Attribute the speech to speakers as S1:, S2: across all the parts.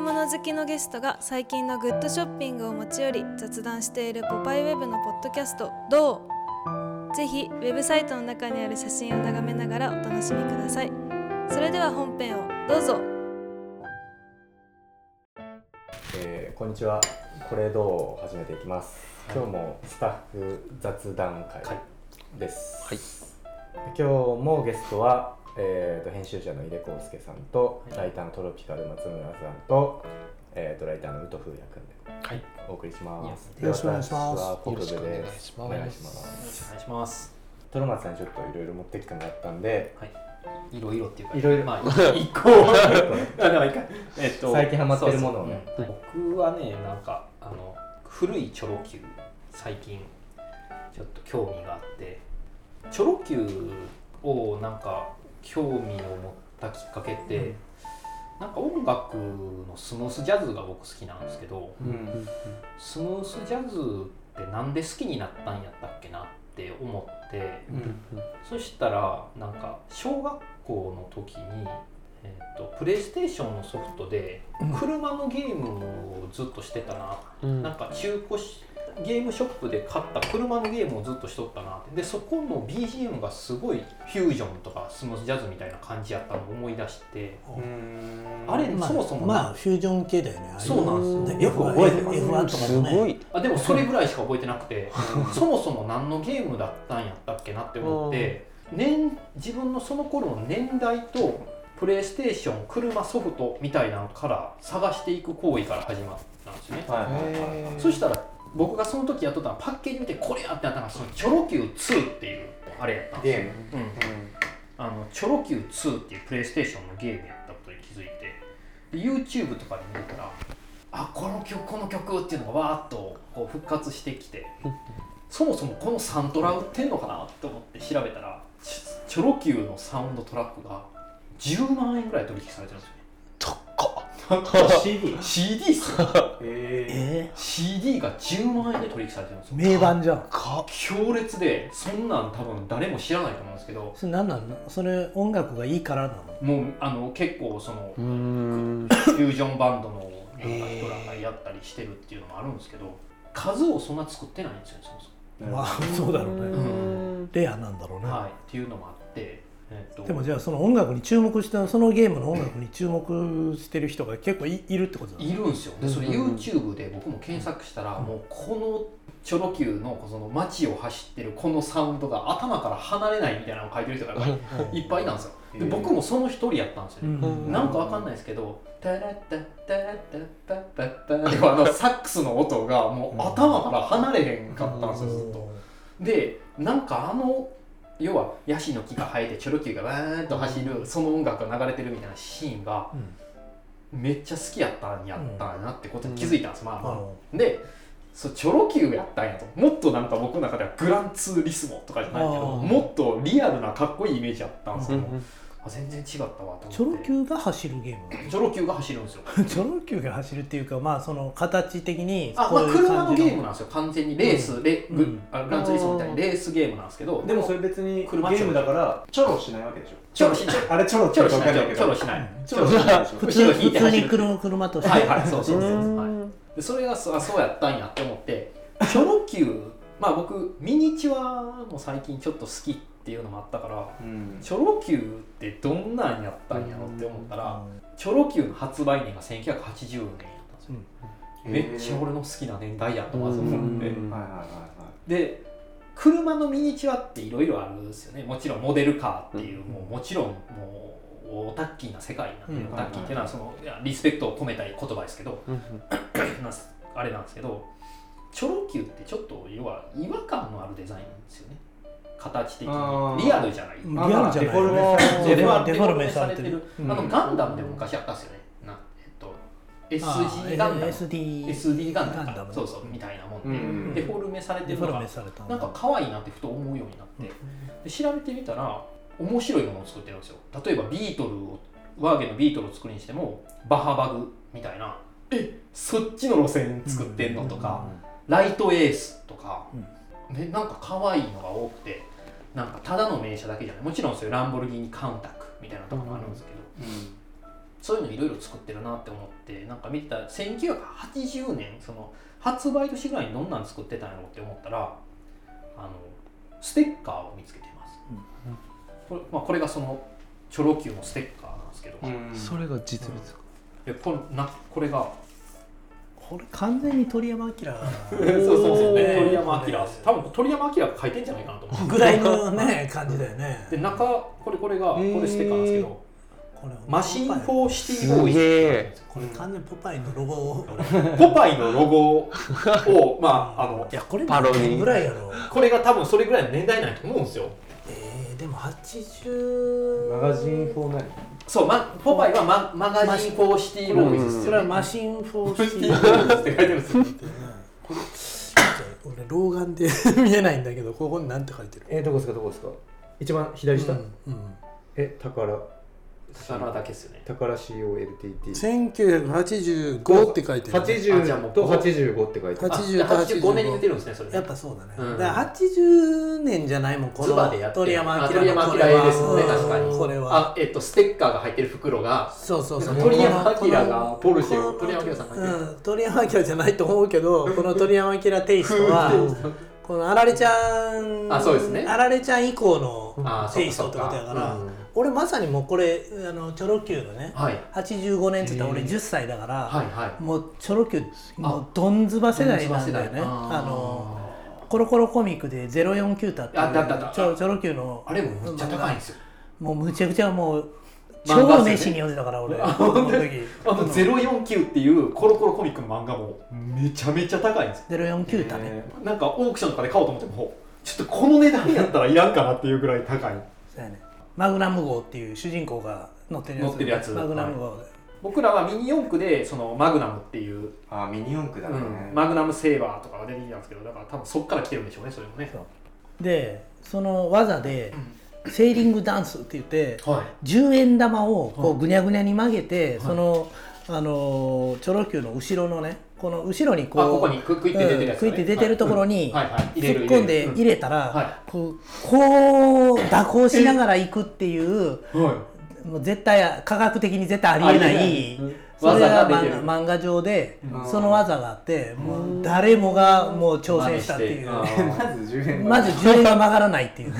S1: 物好きのゲストが最近のグッドショッピングを持ち寄り雑談しているポパイウェブのポッドキャスト「どうぜひウェブサイトの中にある写真を眺めながらお楽しみくださいそれでは本編をどうぞ
S2: えーこんにちは。これどう始めていきます。
S3: はい
S2: 今日もスタッフ雑談会です。で今日もゲストは、えー、と編集者の井出康介さんと、
S3: はい
S2: ライターのトロピカル松村さんと,、えー、とライターの宇都風也君で
S4: はい、
S2: お送りします。
S3: よろしくお願いします
S2: で私は国部
S4: よろしくお願
S2: で
S4: い
S2: す
S4: し。ます
S2: お願いします。
S3: お願いします。
S2: トロマツさんにちょっといろいろ持ってきてもらったんで、
S3: はい。いろいろっていうか、
S2: いろいろ
S3: まあ、 一個。あ、でもいいか。えっと
S2: 最近ハマってるものをね
S3: そうそううん僕はね、なんか、あの、古いチョロ Q、最近、ちょっと興味があって、チョロ Q をなんか、興味を持ったきっかけって、
S2: うん
S3: なんか音楽のスムースジャズが僕好きなんですけど、
S2: うん
S3: スムースジャズってなんで好きになったんやったっけなって思って、そしたらなんか小学校の時に、えっとプレイステーションのソフトで車のゲームをずっとしてたな、なんか中古しゲームショップで買った車のゲームをずっとしとったなってでそこの BGM がすごいフュージョンとかスムースジャズみたいな感じやったのを思い出してあれ
S4: まあ
S3: そもそもね
S4: まあフュージョン系だよねああい
S3: そうなんですよ
S4: よく覚えてます F1 とか
S5: す
S4: も
S5: ご
S4: ね
S5: い。
S3: あでもそれぐらいしか覚えてなくてそもそも何のゲームだったんやったっけなって思って、年自分のその頃の年代とプレイステーション車ソフトみたいなのから探していく行為から始まったんですね、
S2: はいはいはいはい。
S3: そしたら僕がその時やっとったのはパッケージ見てこれやってなったのがそのチョロ Q2 っていうあれやったんです
S2: ゲ
S3: よ、うんあのチョロ Q2 っていうプレイステーションのゲームやったことに気づいてで YouTube とかで見てたらあこの曲この曲っていうのがわーっとこう復活してき てそもそもこのサントラ売ってんのかなと思って調べたらチチョロ Q のサウンドトラックが10万円ぐらい取引されてるんですよね
S2: ーム。CD。
S3: CD っすよ
S2: え
S4: え
S3: CD が10万円で取引されてるんです
S4: ー、
S3: よ
S4: 名盤じゃん
S3: 強烈でそんなん多分誰も知らないと思うんですけど
S4: それ何なのそれ音楽がいいからなの
S3: もうあの結構その
S5: うーん。
S3: フュージョンバンドのなんか人らがやったりしてるっていうのもあるんですけど数をそんな作ってないんですよねそもそ
S2: ー。
S4: まあそうだろうね
S3: ん
S4: レアなんだろうね、
S3: も、はい、っていうのもあって、えっと
S4: でもじゃあその音楽に注目してそのゲームの音楽に注目してる人が結構いいるってことだ
S3: いるんですよでそれ
S5: うんうんうん
S3: YouTube で僕も検索したら、もうこのチョロ Q のその街を走ってるこのサウンドが頭から離れないみたいなのを書いてる人がやっぱりいっぱいなんですよで
S2: へー
S3: 僕もその一人やったんですよね、
S4: うん
S3: なんかわかんないですけど、タラッタッタラッタッタッタッタッってあのサックスの音がもう頭から離れへんかったんですよ、ずっと。で、なんかあの、要はヤシの木が生えてチョロ Q がわーっと走る、その音楽が流れてるみたいなシーンが
S4: うん
S3: めっちゃ好きやったんやったんやなってことに気づいたんです、まあ
S4: あ
S3: まあ
S4: の
S3: でそうチョロ Q やったんやともっとなんか僕の中ではグランツーリスモとかじゃないけど
S4: あー
S3: もっとリアルなかっこいいイメージやったんです
S5: う
S3: けど、
S5: ん
S3: あ全然違ったわと思って
S4: チョロ Q が走るゲームなの
S3: チョロ Q が走るんですよ
S4: チョロ Q が走るっていうかまあその形的に
S3: あ、
S4: こ
S3: ま
S4: う
S3: あ、
S4: いう
S3: 車
S4: 感
S3: の
S4: じ
S3: ゲームなんですよ完全にレース、レ
S4: うん
S3: グ
S4: うん
S3: あグランツーリスモみたいなレースゲームなんですけど
S2: でもそれ別にゲームだからチョロしないわけでしょ
S3: チョロしない
S2: あれチョロって
S3: チョ
S2: 言う
S3: ロ
S2: か
S3: し
S2: 分
S3: な
S2: か
S3: い
S2: ん
S3: チ
S2: ないけ
S3: ョロ
S2: ど
S3: チョロ
S2: チョロ
S3: しない
S2: しないでしょ
S4: 普
S3: 後ろ
S4: 通
S3: 引い
S4: 普
S3: て
S4: 通
S3: 走る
S4: に車車として
S3: はいはいそうそうそうう
S5: ーん
S3: はいでそれがそあそうやったんやって思ってチョロ Q まあ僕ミニチュアも最近ちょっと好きっていうのもあったから
S2: うん
S3: チョロ Q ってどんなんやったんやろって思ったらチョロ Q の発売年が1980年やったんですよ、めっちゃ俺の好きな年代やとまず思って
S5: うん
S2: はいはいはいはい
S3: で車のミニチュアっていろいろあるんですよねもちろんモデルカーっていう、もうもちろんもうオタッキーな世界なんで、
S4: うん
S3: オタッキーっていうのはそのいやリスペクトを込めたい言葉ですけどなんすあれなんですけどチョロ Q ってちょっと要は違和感のあるデザインなんですよね形的
S2: あ
S3: に
S2: ー
S3: リアルじゃない
S4: リアルじ
S3: デ
S4: ゃないよねデ
S3: フォ
S4: フォ
S3: ル
S4: ル
S3: メ
S4: メ
S3: デ
S4: デ
S3: フ
S4: フ
S3: ォ
S4: ォ
S3: ル
S4: ル
S3: メ
S4: メ
S3: さ
S4: さ
S3: れ
S4: れ
S3: て
S4: て
S3: る
S4: る、
S3: あの
S2: うん
S3: ガンダムでも昔あったんですよねなえっと SG ガンダム
S4: SD
S3: SD ガンダム
S4: ガンダムね
S3: そうそうみたいなもんで、
S2: うん
S3: デフォルメされて
S4: デ
S3: る
S4: フ
S3: の
S4: ォル
S3: が
S4: メされた
S3: なんか可愛いなってふと思うようになって、で調べてみたら面白いものを作ってるんですよ例えばビートルをワーゲンのビートルを作るにしてもバハバグみたいなえそっちの路線作ってんのとか、ライトエースとか、ね、なんか可愛いのが多くてなんかただの名車だけじゃないもちろんそういうランボルギーニカウンタックみたいなとこもあるんですけど、そういうのいろいろ作ってるなって思ってなんか見てた1980年その発売年ぐらいにどんなん作ってたんやろうって思ったらあのステッカーを見つけてます、これまあ、これがそのチョロ Q のステッカーなんですけど、
S5: う
S3: い
S5: ん
S6: それが実物か
S3: やこれなこれが
S4: これ完全に鳥山 明
S3: そうそうそう
S4: おー
S3: 鳥山明多分鳥山明が書いてんじゃないかなと思う
S4: ぐらいのね感じだよね
S3: で中これこれがこれステッカーなんですけど、
S4: これ
S3: マシン・フ
S4: ポ
S3: ォー・シティ・ボーイズって書いてあるんですよ
S4: パイこれ完全にポパイのロゴを
S3: ポ パイのロゴ をまああの
S4: いやこれ
S6: パロディ
S4: 何ぐらいやろ
S3: これが多分それぐらいの年代なんやと思うんですよ
S4: えー、でも80
S2: マガジンフォーナイン
S3: そう、ま、ポパイはママガジン・フォー・シティ・ボーイズっ
S4: それはマシンフォーシティ
S3: て書いてあるんですよ
S4: ってねこれちょっと俺老眼で 見えないんだけどここになんて書いてる
S2: えー、どこですかどこですか一番左下、
S4: うんうん
S2: え宝
S3: 宝だけですよね
S2: 宝 COLTT
S4: 1985って書いてる、ね、
S3: あじゃあも
S2: 80
S3: う
S2: と85って書いてある
S3: あ
S4: 80と
S3: 85年に出てるんですねそれね
S4: やっぱそうだね、
S3: うん
S4: だから80年じゃないもんこ
S3: ズ
S4: の
S3: バでやってる
S4: 鳥山明
S3: あ鳥山
S4: の
S3: 明
S4: これは
S3: ですよね
S4: うん
S3: 確かに
S4: これは
S3: あえっとステッカーが入ってる袋が
S4: そうそうそう
S3: 鳥山
S4: こ
S3: 明
S4: の
S3: がポルシェを
S4: こ
S3: 鳥
S4: の
S3: 山明さんが入って
S4: うん、鳥山明じゃないと思うけ どこの鳥山明テイストはこのあられちゃん
S3: あそうですね
S4: あられちゃん以降の
S3: あーそっ
S4: テイ
S3: か
S4: スト
S3: そっ
S4: ってことや
S3: か
S4: から、
S3: うん
S4: 俺まさにもうこれあのチョロ Q のね
S3: はい
S4: 85年って言ったら俺10歳だから、
S3: はいはい
S4: もうチョロ Q もうドンズバ世代なんだよね
S3: あ
S4: あの
S3: の
S4: コロコロコミックで「049タっていう
S3: あだっただった
S4: チョチョロ Q の
S3: あれもめっちゃ高いんですよ
S4: もうむちゃくちゃもう
S3: 漫画っ
S4: 超
S3: すよね
S4: 熱心に読んでたから 俺
S3: あ
S4: 子供
S3: 本当に
S4: 時
S3: あの049っていうコロコロコミックの漫画もめちゃめちゃ高いんですよ
S4: 049タね
S3: なんかオークションとかで買おうと思ってもちょっとこの値段やったらいらんかなっていうぐらい高い
S4: そうやねマグナム号っていう主人公が乗ってるやつ
S3: 乗ってるやつ
S4: マグナム号
S3: 僕らはミニ四駆でそのマグナムっていう、
S2: あーミニ四駆だね、
S3: うんマグナムセーバーとかが出てきたんですけどだから多分そっから来てるんでしょうねそれもね
S4: でその技でセーリングダンスって言って
S3: はい
S4: 10円玉をこ
S3: は
S4: うぐにゃぐにゃに曲げて、そのあのーチョロ Q の後ろのねこの後ろにこう
S3: あここにククイって出てるやつ、ね
S4: うんクイって出てるところに
S3: はいはいはい、入れ
S4: 突
S3: る
S4: っ込んで入
S3: る
S4: れたら、
S3: はい
S4: こうこう蛇行しながら行くっていう
S3: うんはい
S4: もう絶対科学的に絶対ありえな
S3: あ
S4: い
S3: りえないうん
S4: それ
S3: 技
S4: が
S3: が出てる
S4: 漫漫画上で
S2: うん
S4: その技があってもう誰もがもう挑戦したっていう
S3: 真似してあー
S2: まず10円
S4: まず10円が曲がらないって いうね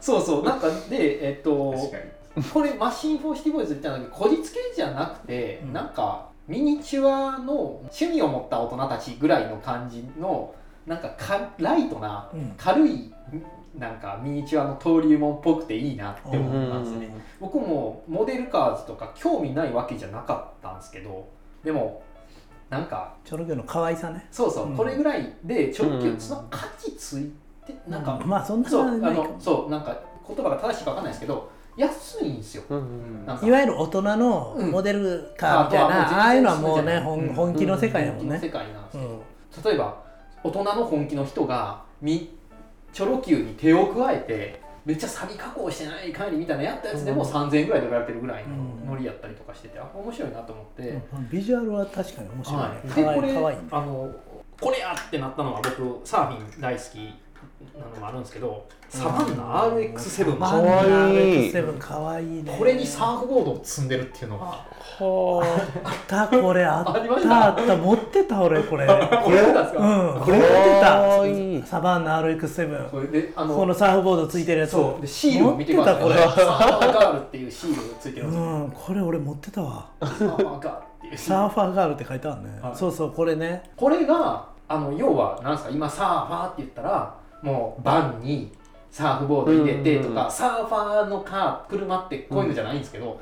S3: そうそうなんかでえっと
S2: 確かに
S3: これマシン・フォー・シティ・ボーイズみたいなのにこじつけじゃなくて、
S4: うん
S3: なんかミニチュアの趣味を持った大人たちぐらいの感じのなんかかライトな
S4: うん
S3: 軽いなんかミニチュアの登竜門っぽくていいなって思ったんですよね、僕もモデルカーズとか興味ないわけじゃなかったんですけどでもなんか
S4: チョロ Q の可愛さね
S3: そうそう、
S4: うん
S3: これぐらいでちょっ
S6: う
S3: と
S6: ん
S3: その価値ついてなんか、
S4: まあそんな
S3: そう
S4: 感じ
S3: あ
S4: ないかも
S3: のそうなんか言葉が正しいかわかんないですけど安いんですよ
S6: うん
S2: うん
S3: なんか
S4: いわゆる大人のモデルカーみたい
S3: うん
S4: な、ああいうのはもうね、
S3: あとはもう
S4: 本
S3: 全然
S4: 本気の世界だも
S3: 本
S4: ん
S3: 気の
S4: ね。
S3: 世界なんです
S4: う
S3: よ
S4: ん
S3: 例えば大人の本気の人がみチョロ Q に手を加えてめっちゃサビ加工してないかなりみたいなやったやつでも3000円ぐらいで売られてるぐらいのノリやったりとかしててあ面白いなと思って、
S4: うんビジュアルは確かに面白い
S3: はい、
S4: ね。
S3: で
S4: 可愛
S3: これ
S4: い可愛いね。
S3: あのこれやってなったのが僕サーフィン大好きなのもあるんですけどサバンナ RX7
S4: マ
S6: い
S4: ンダー
S6: い
S4: X7 可愛いね。
S3: これにサーフボードを積んでるっていうのが
S4: あったこれあっ
S3: ありました
S4: あった持ってた俺これ。うん
S3: これなんですか、
S4: これ持って
S6: 可愛い
S4: た。サバンナ RX7
S3: これであの
S4: このサーフボードついてるやつ。
S3: そうでシールを見てください
S4: 持ってた
S3: サ
S4: これ。
S3: ーファーガールっていうシールがついてるんですよ、
S4: うんこれ俺持ってたわ。
S3: サーファーガールっていうシール
S4: サーファーガールって書いてあるね
S3: は。い
S4: そうそうこれね。
S3: これがあの要はなんですか今サーファーって言ったらもうバンにサーフボード入れてと
S6: うんうん
S3: かサーファーのカー車ってこういうのじゃないんですけど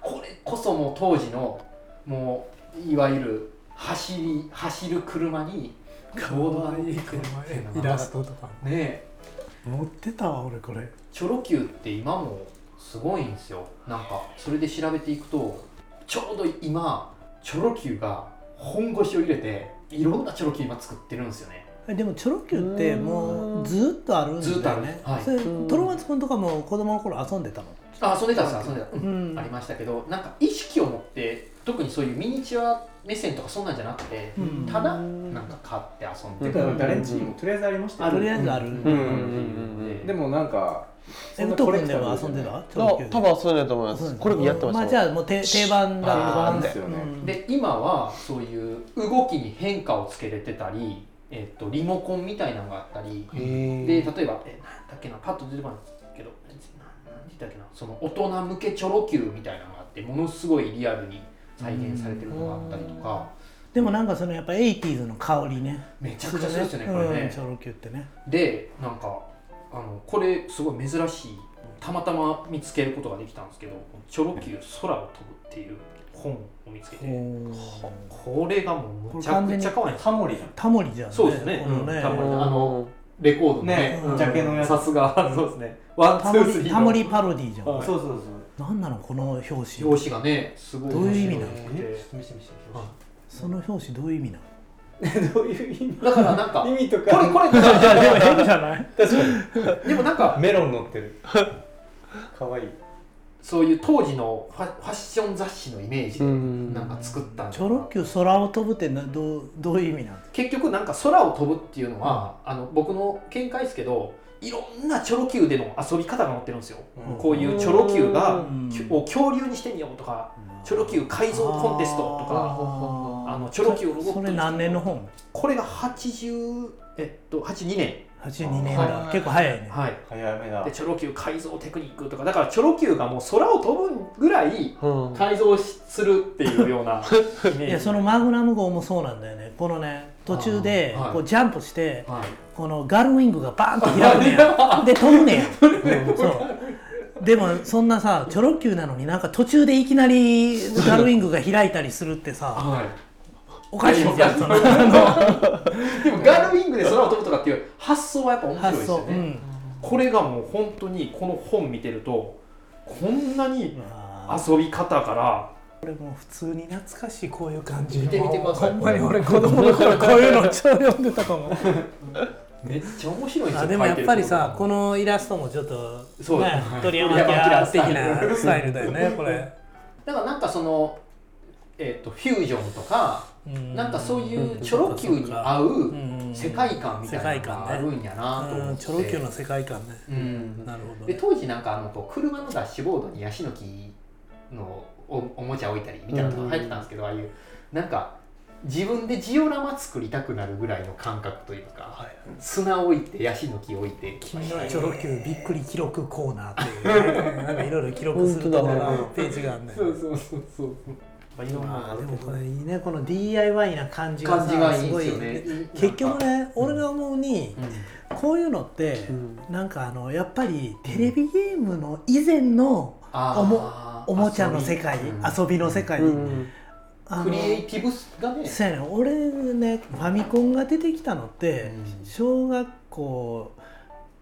S3: これこそもう当時のもういわゆる走り走る車にボードが乗ってくるっていうのが
S4: トとか。
S3: ねえ
S4: 持ってたわ俺これ。
S3: チョロ Q って今もすごいんですよなんかそれで調べていくとちょうど今チョロ Q が本腰を入れていろんなチョロ Q 今作ってるんですよね
S4: でもチョロ Q ってもうずっとあるんだよね
S3: ずっとあるはい
S4: それトロマツ君とかも子供の頃遊んでたの
S3: あ遊んでたんです遊んでた、
S4: うん
S3: ありましたけどなんか意識を持って特にそういうミニチュア目線とかそんなんじゃなくて
S4: うん
S3: ただなんか買って遊ん
S2: て
S3: で
S2: いう
S3: た
S2: か誰んちにもとりあえずありましたよ
S4: とりあえずある
S3: うん
S5: うんうんうん
S2: でもなんか
S4: え武藤君でも遊んでた
S5: あ多分遊んでると思いま
S4: そう
S5: す
S4: ね
S5: これやってました
S4: あじゃあもう定定番だ
S2: あ
S4: ね
S2: ーですよね
S4: うん
S3: で今はそういう動きに変化をつけれてたり、えっとリモコンみたいなのがあったり
S5: へ
S3: で例え
S5: ー
S3: ばえなんだっけなパッと出てこないんですけど何て言ったっけなその大人向けチョロ Q みたいなのがあってものすごいリアルに再現されてるのがあったりとか
S4: でもなんかそのやっぱ 80s の香りね
S3: めちゃくちゃそうですよねこれ
S4: うん
S3: ね
S4: チ。ョロ Q ってね
S3: でなんかあのこれすごい珍しいたまたま見つけることができたんですけど「チョロ Q 空を飛ぶ」っていう本を見つけてこれがもうむちゃくちゃ可愛いんです
S2: タモリじゃん
S4: タモリじゃん
S3: そうですね
S4: この
S3: う
S4: ね
S3: んタモリ
S5: うん
S3: あのレコードのね
S2: ね
S4: うん
S2: ジャケのやつ
S3: さすがそうですねワンツ
S4: タモ
S3: ース
S4: リ
S3: リー
S4: タモリ
S3: の
S4: パロディじゃん
S3: はい
S2: そうそうそう
S4: 何なのこの表紙
S3: 表紙がねすごい
S4: どういう意味なの
S3: で
S2: 見せて見せて
S4: その表紙どういう意味なの
S2: どういう意味
S3: だからなんか
S2: 意味とか
S3: これこれでも
S4: でも変じゃない
S3: なんか
S2: メロン乗ってるかわいい
S3: そういう当時のファファッション雑誌のイメージ
S5: う
S3: で
S5: ん
S3: なんか作ったんだ
S4: チョロ Q 空を飛ぶってなどうどういう意味なの
S3: 結局なんか空を飛ぶっていうのは、あの僕の見解ですけどいろんなチョロ Q での遊び方が載ってるんですよ、
S4: うん
S3: こういうチョロ Q
S5: う
S3: が
S4: ん
S3: きを恐竜にしてみようとか、チョロ Q 改造コンテストとか
S4: あー
S3: あのチョロ Q の動き
S4: そそれ何年の本
S3: これが80えっと82年
S4: 82年
S2: は
S4: だ
S2: い
S4: 結構早いね
S3: はい
S2: 早めだ
S3: でチョロ Q 改造テクニックとかだからチョロ Q がもう空を飛ぶぐらい
S5: うん
S3: 改造しするっていうようなイメージ
S4: いやそのマグナム号もそうなんだよねこのね途中で
S3: あーはい
S4: こうジャンプして
S3: はい
S4: このガルウィングがバーンと開くねやで飛 ぶねやそうでもそんなさチョロ Q なのになんか途中でいきなりガルウィングが開いたりするって さ
S3: はい
S4: おかしいじ ゃんその
S3: でもガルウィングで空を飛ぶとかっていう発想はやっぱ面白いで
S4: 発
S3: すよ
S4: 想、
S3: ね、
S4: うん
S3: これがもう本当にこの本見てるとこんなに
S4: あ
S3: 遊び方から
S4: これもう普通に懐かしいこういう感じ
S3: 見てみてください
S4: ほんまに俺子供の頃こういうの超読んでたかも
S3: めっちゃ面白いんですよ
S4: あでもやっぱりさ
S3: 書
S4: こ
S3: いてる
S4: のイラストもちょっと
S3: そう
S4: ね鳥山
S3: 鳥山
S4: 明
S3: 明
S4: 的なスタイルだ よねこれ、
S3: とだからなんかその、えっとフュージョンとか、
S4: うん
S3: なんかそういうチョロ Q に合う
S4: うん
S3: 世界観みたいなのがあるんやなと
S4: う
S3: 思っ
S4: ん
S3: て
S4: チョロ Q の世界観ね
S3: うん
S4: なるほど
S3: で
S4: ね
S3: 当時なんかあのこう車のダッシュボードにヤシの木のおおもちゃ置いたりみたいなのが入ってたんですけど、ああいうなんか自分でジオラマ作りたくなるぐらいの感覚というか、砂置いてヤシの木置いてとか
S4: 君のチョロ Q びっくり記録コーナーっていう ねなんかいろいろ記録するところがページがあるんだよね
S3: そうそうそうそういろんなのが
S4: あ
S3: あ
S4: ー
S3: るけ
S4: で
S3: ど
S4: もこれいいねこの DIY な感じが
S3: 感
S4: さ
S3: じがいい
S4: す
S3: んで
S4: ご
S3: す
S4: い
S3: よね
S4: 結局、ね
S3: うん
S4: 俺が思うに
S3: なんか
S4: こういうのって
S5: うん
S4: なんかあのやっぱりテレビゲームの以前のおもおもちゃの世界
S3: うんあー
S4: 遊びの世界
S5: うん
S4: あの
S3: クリエイティブがね
S4: そうやねん俺ねファミコンが出てきたのって
S3: うん
S4: 小学校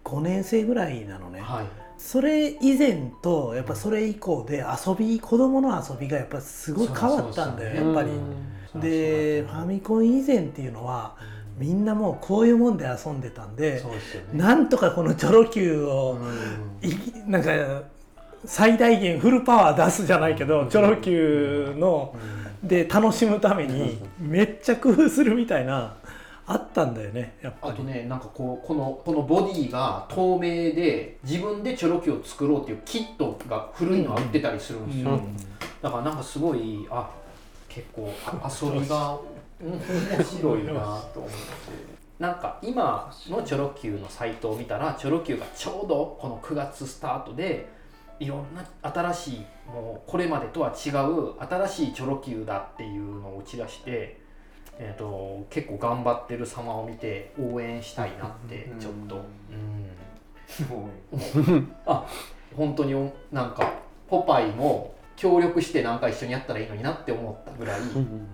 S4: 5年生ぐらいなのね、
S3: はい
S4: それ以前とやっぱそれ以降で遊び子供の遊びがやっぱすごい変わったんだよやっぱり。
S3: うん
S4: でファミコン以前っていうのはみんなもうこういうもんで遊んでたんで
S3: そうですよね
S4: なんとかこのチョロ Q を
S3: うん
S4: いなんか最大限フルパワー出すじゃないけどチョロ Q ので楽しむためにめっちゃ工夫するみたいなあったんだよねやっぱ
S3: あと
S4: り。
S3: ねなんかこうこのこのボディが透明で自分でチョロキを作ろうっていうキットが古いのが売ってたりするんですよ、
S4: うん
S3: だからなんかすごいあ結構あ遊びがうん面白いなと思ってなんか今のチョロ Q のサイトを見たらチョロ Q がちょうどこの9月スタートでいろんな新しいもうこれまでとは違う新しいチョロ Q だっていうのを打ち出して、えー、と結構頑張ってる様を見て応援したいなってちょっと
S2: う
S3: うんん
S2: もう
S3: 本当におなんかポパイも協力してなんか一緒にやったらいいのになって思ったぐらい。
S5: うん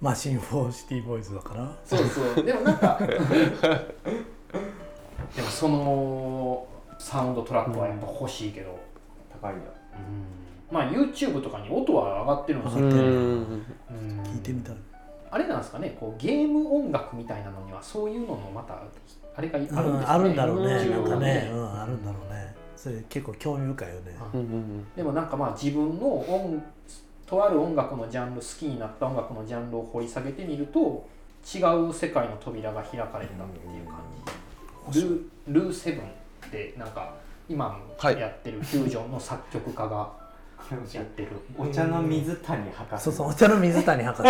S4: マシン・フォー・シティ・ボーイズだから
S3: そうそうでもなんかでもそのサウンドトラックはやっぱ欲しいけど、
S2: 高いんだ
S3: うんまあ YouTube とかに音は上がってるんです
S5: う
S3: よ
S5: ん
S3: ね、うん
S4: 聞いてみたい
S3: あれなんですかねこうゲーム音楽みたいなのにはそういうののまたあれがあるんですね、
S4: うん、あるんだろうね
S3: 需
S4: な
S3: 要
S4: ん
S3: が
S4: かね、うん、あるんだろうねそれ結構興味深いよね
S3: あ
S5: うんうん
S3: でもなんかまあ自分の音とある音楽のジャンル好きになった音楽のジャンルを掘り下げてみると違う世界の扉が開かれたっていう感じ、ルルーセブンってなんか今もやってるフュージョンの作曲家がやってる、
S2: お茶の水谷博士
S4: そうそうお茶の水谷博士、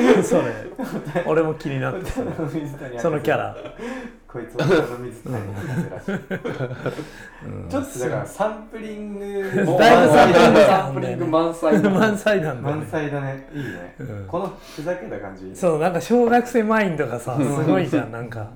S4: ね、それ俺も気になっ
S2: お
S4: て
S2: 茶の水谷博士
S4: そのキャラ、
S2: こいつお茶の水谷博士らしい
S4: うん
S2: ちょっとだからサンプリング
S4: もう
S3: だいぶサンプリング
S4: だ
S3: サンプリング満載
S4: 満載なんだ、ね
S2: 満、載だねいいね、
S4: うん
S2: このふざけた感じいいね
S4: そうなんか小学生マインドがさ
S2: うん
S4: すごいじゃんなんか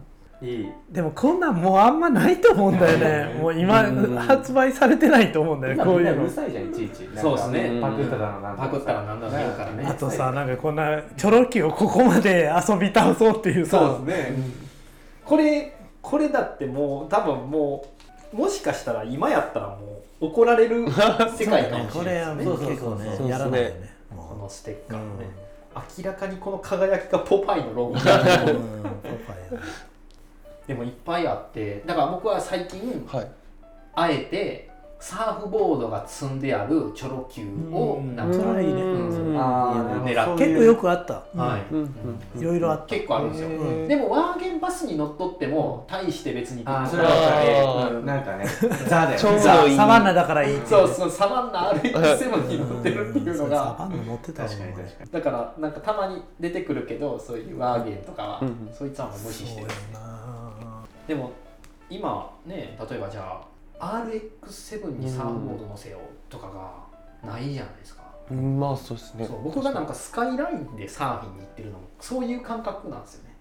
S2: いい
S4: でもこんなんもうあんまないと思うんだよねもう今
S5: うん
S4: 発売されてないと思うんだよ
S2: 今
S4: こ
S2: み
S4: うんい
S2: な
S4: う
S2: うる
S4: の
S2: さいじゃんいちいちなんか
S3: そうですね
S2: パクっただのなんとか
S3: パクったら何だろう言うからね
S4: あとさなんかこんなチョロキをここまで遊び倒そうっていうさ
S2: そうですね、
S3: これこれだってもう多分もうもしかしたら今やったらもう怒られる世界かもし
S4: こ
S3: れないですね
S4: れはもう結構
S5: そうそうそう
S4: ねやらないよね
S3: こ
S4: も
S3: のステッカー
S4: う
S3: ね
S4: ん、
S3: 明らかにこの輝きがポパイのロゴ
S4: ううんパパや
S3: でもいっぱいあってだから僕は最近
S5: はい。
S3: あえてサーフボードが積んであるチョロ Q をなん
S4: それ
S3: か、
S4: はいいね
S3: うん
S2: ああ
S3: 狙って
S4: 結構よくあった
S3: はい
S5: うん
S4: いろいろあった
S3: 結構あるんですよ、
S4: う
S3: でもワーゲンバスに乗っ取っても大して別に
S2: あーそれ
S5: は
S2: はなんかねザで
S5: ちょうどいい
S4: ザサバンナだからいいって
S3: そうそうサバンナ RX7 に 乗ってるっていうの
S4: んサ
S3: が
S4: バンナ乗ってたわ
S2: 確かに確かに
S3: だからなんかたまに出てくるけどそういうワーゲンとかは、
S5: うん
S3: そいつはもう無視してる
S4: そうやな
S3: でも今ね例えばじゃあ RX7 にサーフボード乗せようとかがないじゃないですか、
S5: うんまあそうですね
S3: そう。僕がなんかスカイラインでサーフィンに行ってるのもそういう感覚なんですよね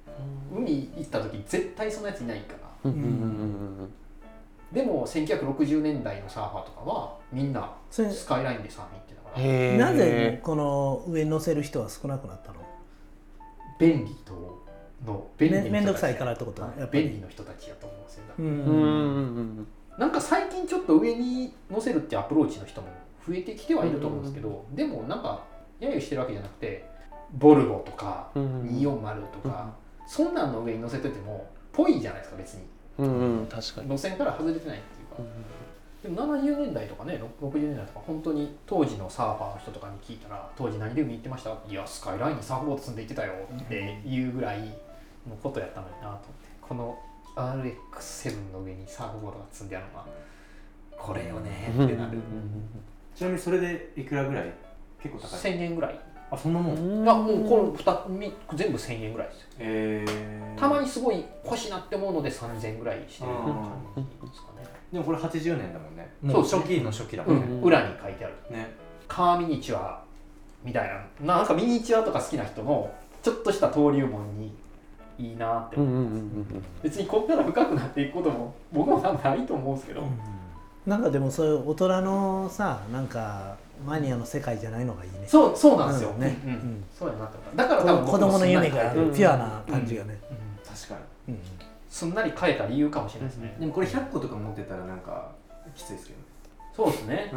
S3: 海行った時絶対そんなやついないから
S5: うんうんうん
S3: でも1960年代のサーファーとかはみんな
S4: それ
S3: スカイラインでサーフィン行ってたか
S5: うん。
S3: ら
S5: へえ。
S4: なぜこの上に乗せる人は少なくなったの
S3: 便利との便利の人たち
S4: めめんどくさいからってこと
S3: はい
S4: やっぱり
S3: 便利の人たちやと思うんですよだか
S4: う
S5: うんうん
S4: ん
S5: うん
S3: らなんか最近ちょっと上に乗せるってアプローチの人も増えてきてはいると思うんですけどでもなんか揶揄してるわけじゃなくてボルボとか
S5: うんうん。
S3: 240とかそんなんの上に乗せててもぽいじゃないですか別に
S5: うんうん確かに。
S3: 路線から外れてないっていうか
S5: うん
S3: でも70年代とかね60年代とか本当に当時のサーファーの人とかに聞いたら当時何で海行ってましたいやスカイラインにサーフボード積んで行ってたよっていうぐらいのことやったのになと思ってこの RX7 の上にサーフボードが積んであるのはこれよね
S5: うんう
S3: っ
S5: ん
S3: てなる
S2: ちなみにそれでいくらぐらい結構高い
S3: 1000円ぐらい
S2: あそんなもん、
S5: うんうん。
S3: がもうこの2み全部1000円ぐらいですよ
S2: えー、
S3: たまにすごい欲しいなって思うので3000円ぐらいしてる感じですかね
S2: でもこれ80年だもんね
S3: そうですね
S2: 初期の初期だも
S3: うん
S2: ね、
S3: ん裏に書いてある
S2: ね
S3: カーミニチュアみたいななんかミニチュアとか好きな人のちょっとした登竜門にいいなって
S5: う
S3: 思う、
S5: んうんうん
S3: 別にここから深くなっていくことも 僕も多分ないと思うんですけど、
S4: なんかでもそういう大人のさなんかマニアの世界じゃないのがいいね
S3: そうそうなんですよ、
S4: うんね
S3: うんうん
S4: うん
S3: そうやなって思っただから多分
S4: 子供の夢が
S3: 僕
S4: ピ
S3: も
S4: ュアな感じがね
S2: 確か
S4: うん
S3: すんなり変えた理由かもしれないですね
S2: に、でもこれ100個とか持ってたらなんかきついですけどね
S3: そうですね、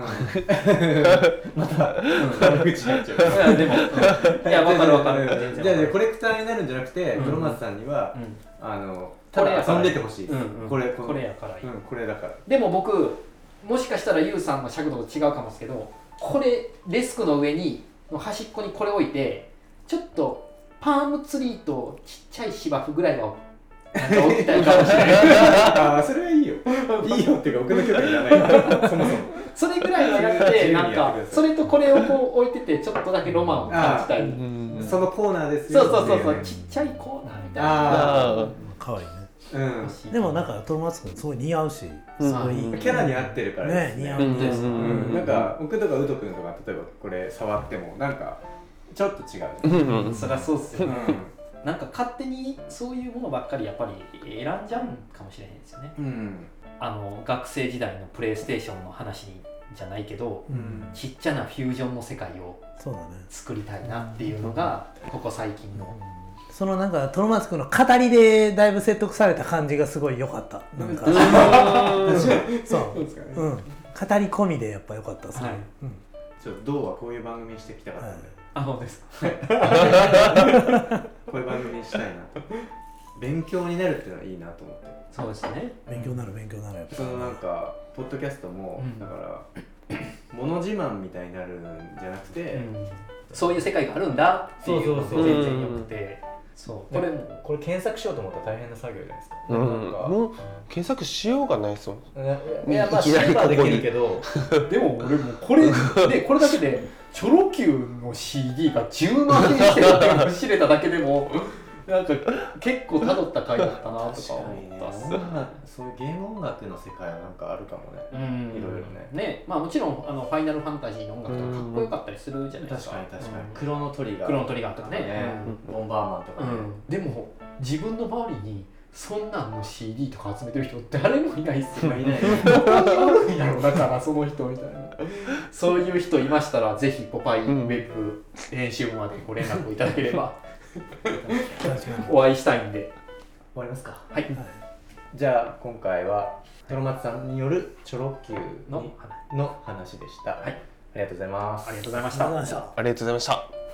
S2: 悪口になっちゃう
S3: いやでも、うん いや分かる分かる全然
S2: じゃあね
S3: わ
S2: コ
S3: かる
S2: レクターになるんじゃなくて、
S3: うん
S2: 黒松さんには、
S3: うん
S2: あの
S3: こ
S2: た
S3: れや
S2: だ
S3: から
S2: 遊んでてほしいです、
S3: うんうん
S2: これ
S3: これやからいい、
S2: うん、これだから
S3: でも僕もしかしたらユウさんの尺度と違うかもですけどこれデスクの上にの端っこにこれ置いてちょっとパームツリーとちっちゃい芝生ぐらいはなんか置きたいかもしれない
S2: ああそれはいいよ いいよっていうか奥の許可いらないからそもそも
S3: それぐらいはやってなん
S2: 自由にやっ
S3: か
S2: てください
S3: それとこれをこう置いててちょっとだけロマンを感じたい、
S5: うんうんうん。
S2: そのコーナーですよ
S3: そうそうそうそう
S2: って
S3: ち
S2: い
S3: っちゃいコーナーみたいな
S2: あ
S5: あ
S4: 可愛いね
S2: あうん
S3: 欲しい
S4: でもなんかトロマツくんすごい似合うし
S5: あ。
S4: すごいいい
S5: うん
S2: キャラに合ってるからですね
S4: ね似合
S5: う
S4: うんです
S5: う
S2: うん
S5: うん
S2: ん、なんか僕とかウト君とか例えばこれ触ってもなんかちょっと違うじゃん
S5: うんうん
S3: そりゃそうっす
S2: う
S3: よ、
S2: ん
S3: ね、なんか勝手にそういうものばっかりやっぱり選んじゃうんかもしれないですよね
S2: うん
S3: あの学生時代のプレイステーションの話じゃないけど
S4: うん
S3: ちっちゃなフュージョンの世界を
S4: そうだね
S3: 作りたいなっていうのがここ最近の
S4: そのなんかトロマツくんの語りでだいぶ説得された感じがすごい良かったなんか
S2: 確かに
S4: そ
S2: そうですかね
S4: ううん語り込みでやっぱ良かったですね
S3: はい
S4: うん
S2: ちょっと「どう」はこういう番組にしてきたかったんで、
S3: あのですか
S2: こういう番組にしたいなと勉強になるっていうのはいいなと思って
S3: そうですね
S4: 勉強になる勉強になるやっぱ
S2: そのなんかポッドキャストも、
S3: うん
S2: だから物の自慢みたいになるんじゃなくて、
S3: そういう世界があるんだっていうの
S2: そうそうそ
S3: が
S2: う
S3: 全然よくてそうこれも
S2: これ検索しようと思ったら大変な作業じゃないですか。
S5: う
S2: なん
S5: ん
S2: か
S5: もう検索しようがないですもん
S2: いやまあ
S5: いきなり
S2: シンバはで
S5: ここ
S2: き
S5: に
S2: るけど、
S3: でも俺もうこれでこれだけでチョロ Q の CD が10万円してるっていうのを知れただけでもなんか結構たどった回だったなとか思ったっす
S2: 音楽そういうゲーム音楽の世界はなんかあるかもね。
S3: うん
S2: いろいろね
S3: ねまあもちろんあのファイナルファンタジーの音楽とかかっこよかったりするじゃないで
S2: 確
S3: すか
S2: かに確かに。
S3: うん
S2: クロノトリガー。
S3: クロノトリガーとかね
S5: うん
S2: ボンバーマンとかね。
S3: でも自分の周りにそんなんの CD とか集めてる人誰もいないっすよ
S2: いない
S3: どこにおるんやろだからその人みたいな そういう人いましたらぜひポパイウェブ編集部までご連絡をいただければ
S4: 確かに
S3: お会いしたいんで
S2: 終わりますか。
S3: はい
S2: じゃあ今回はトロマツさんによるチョロ Q
S3: の
S2: の話でした。
S3: はい。
S2: ありがとうございます。
S3: ありがとうございまし
S4: ありがと
S3: た
S4: うございました
S5: ありがとうございました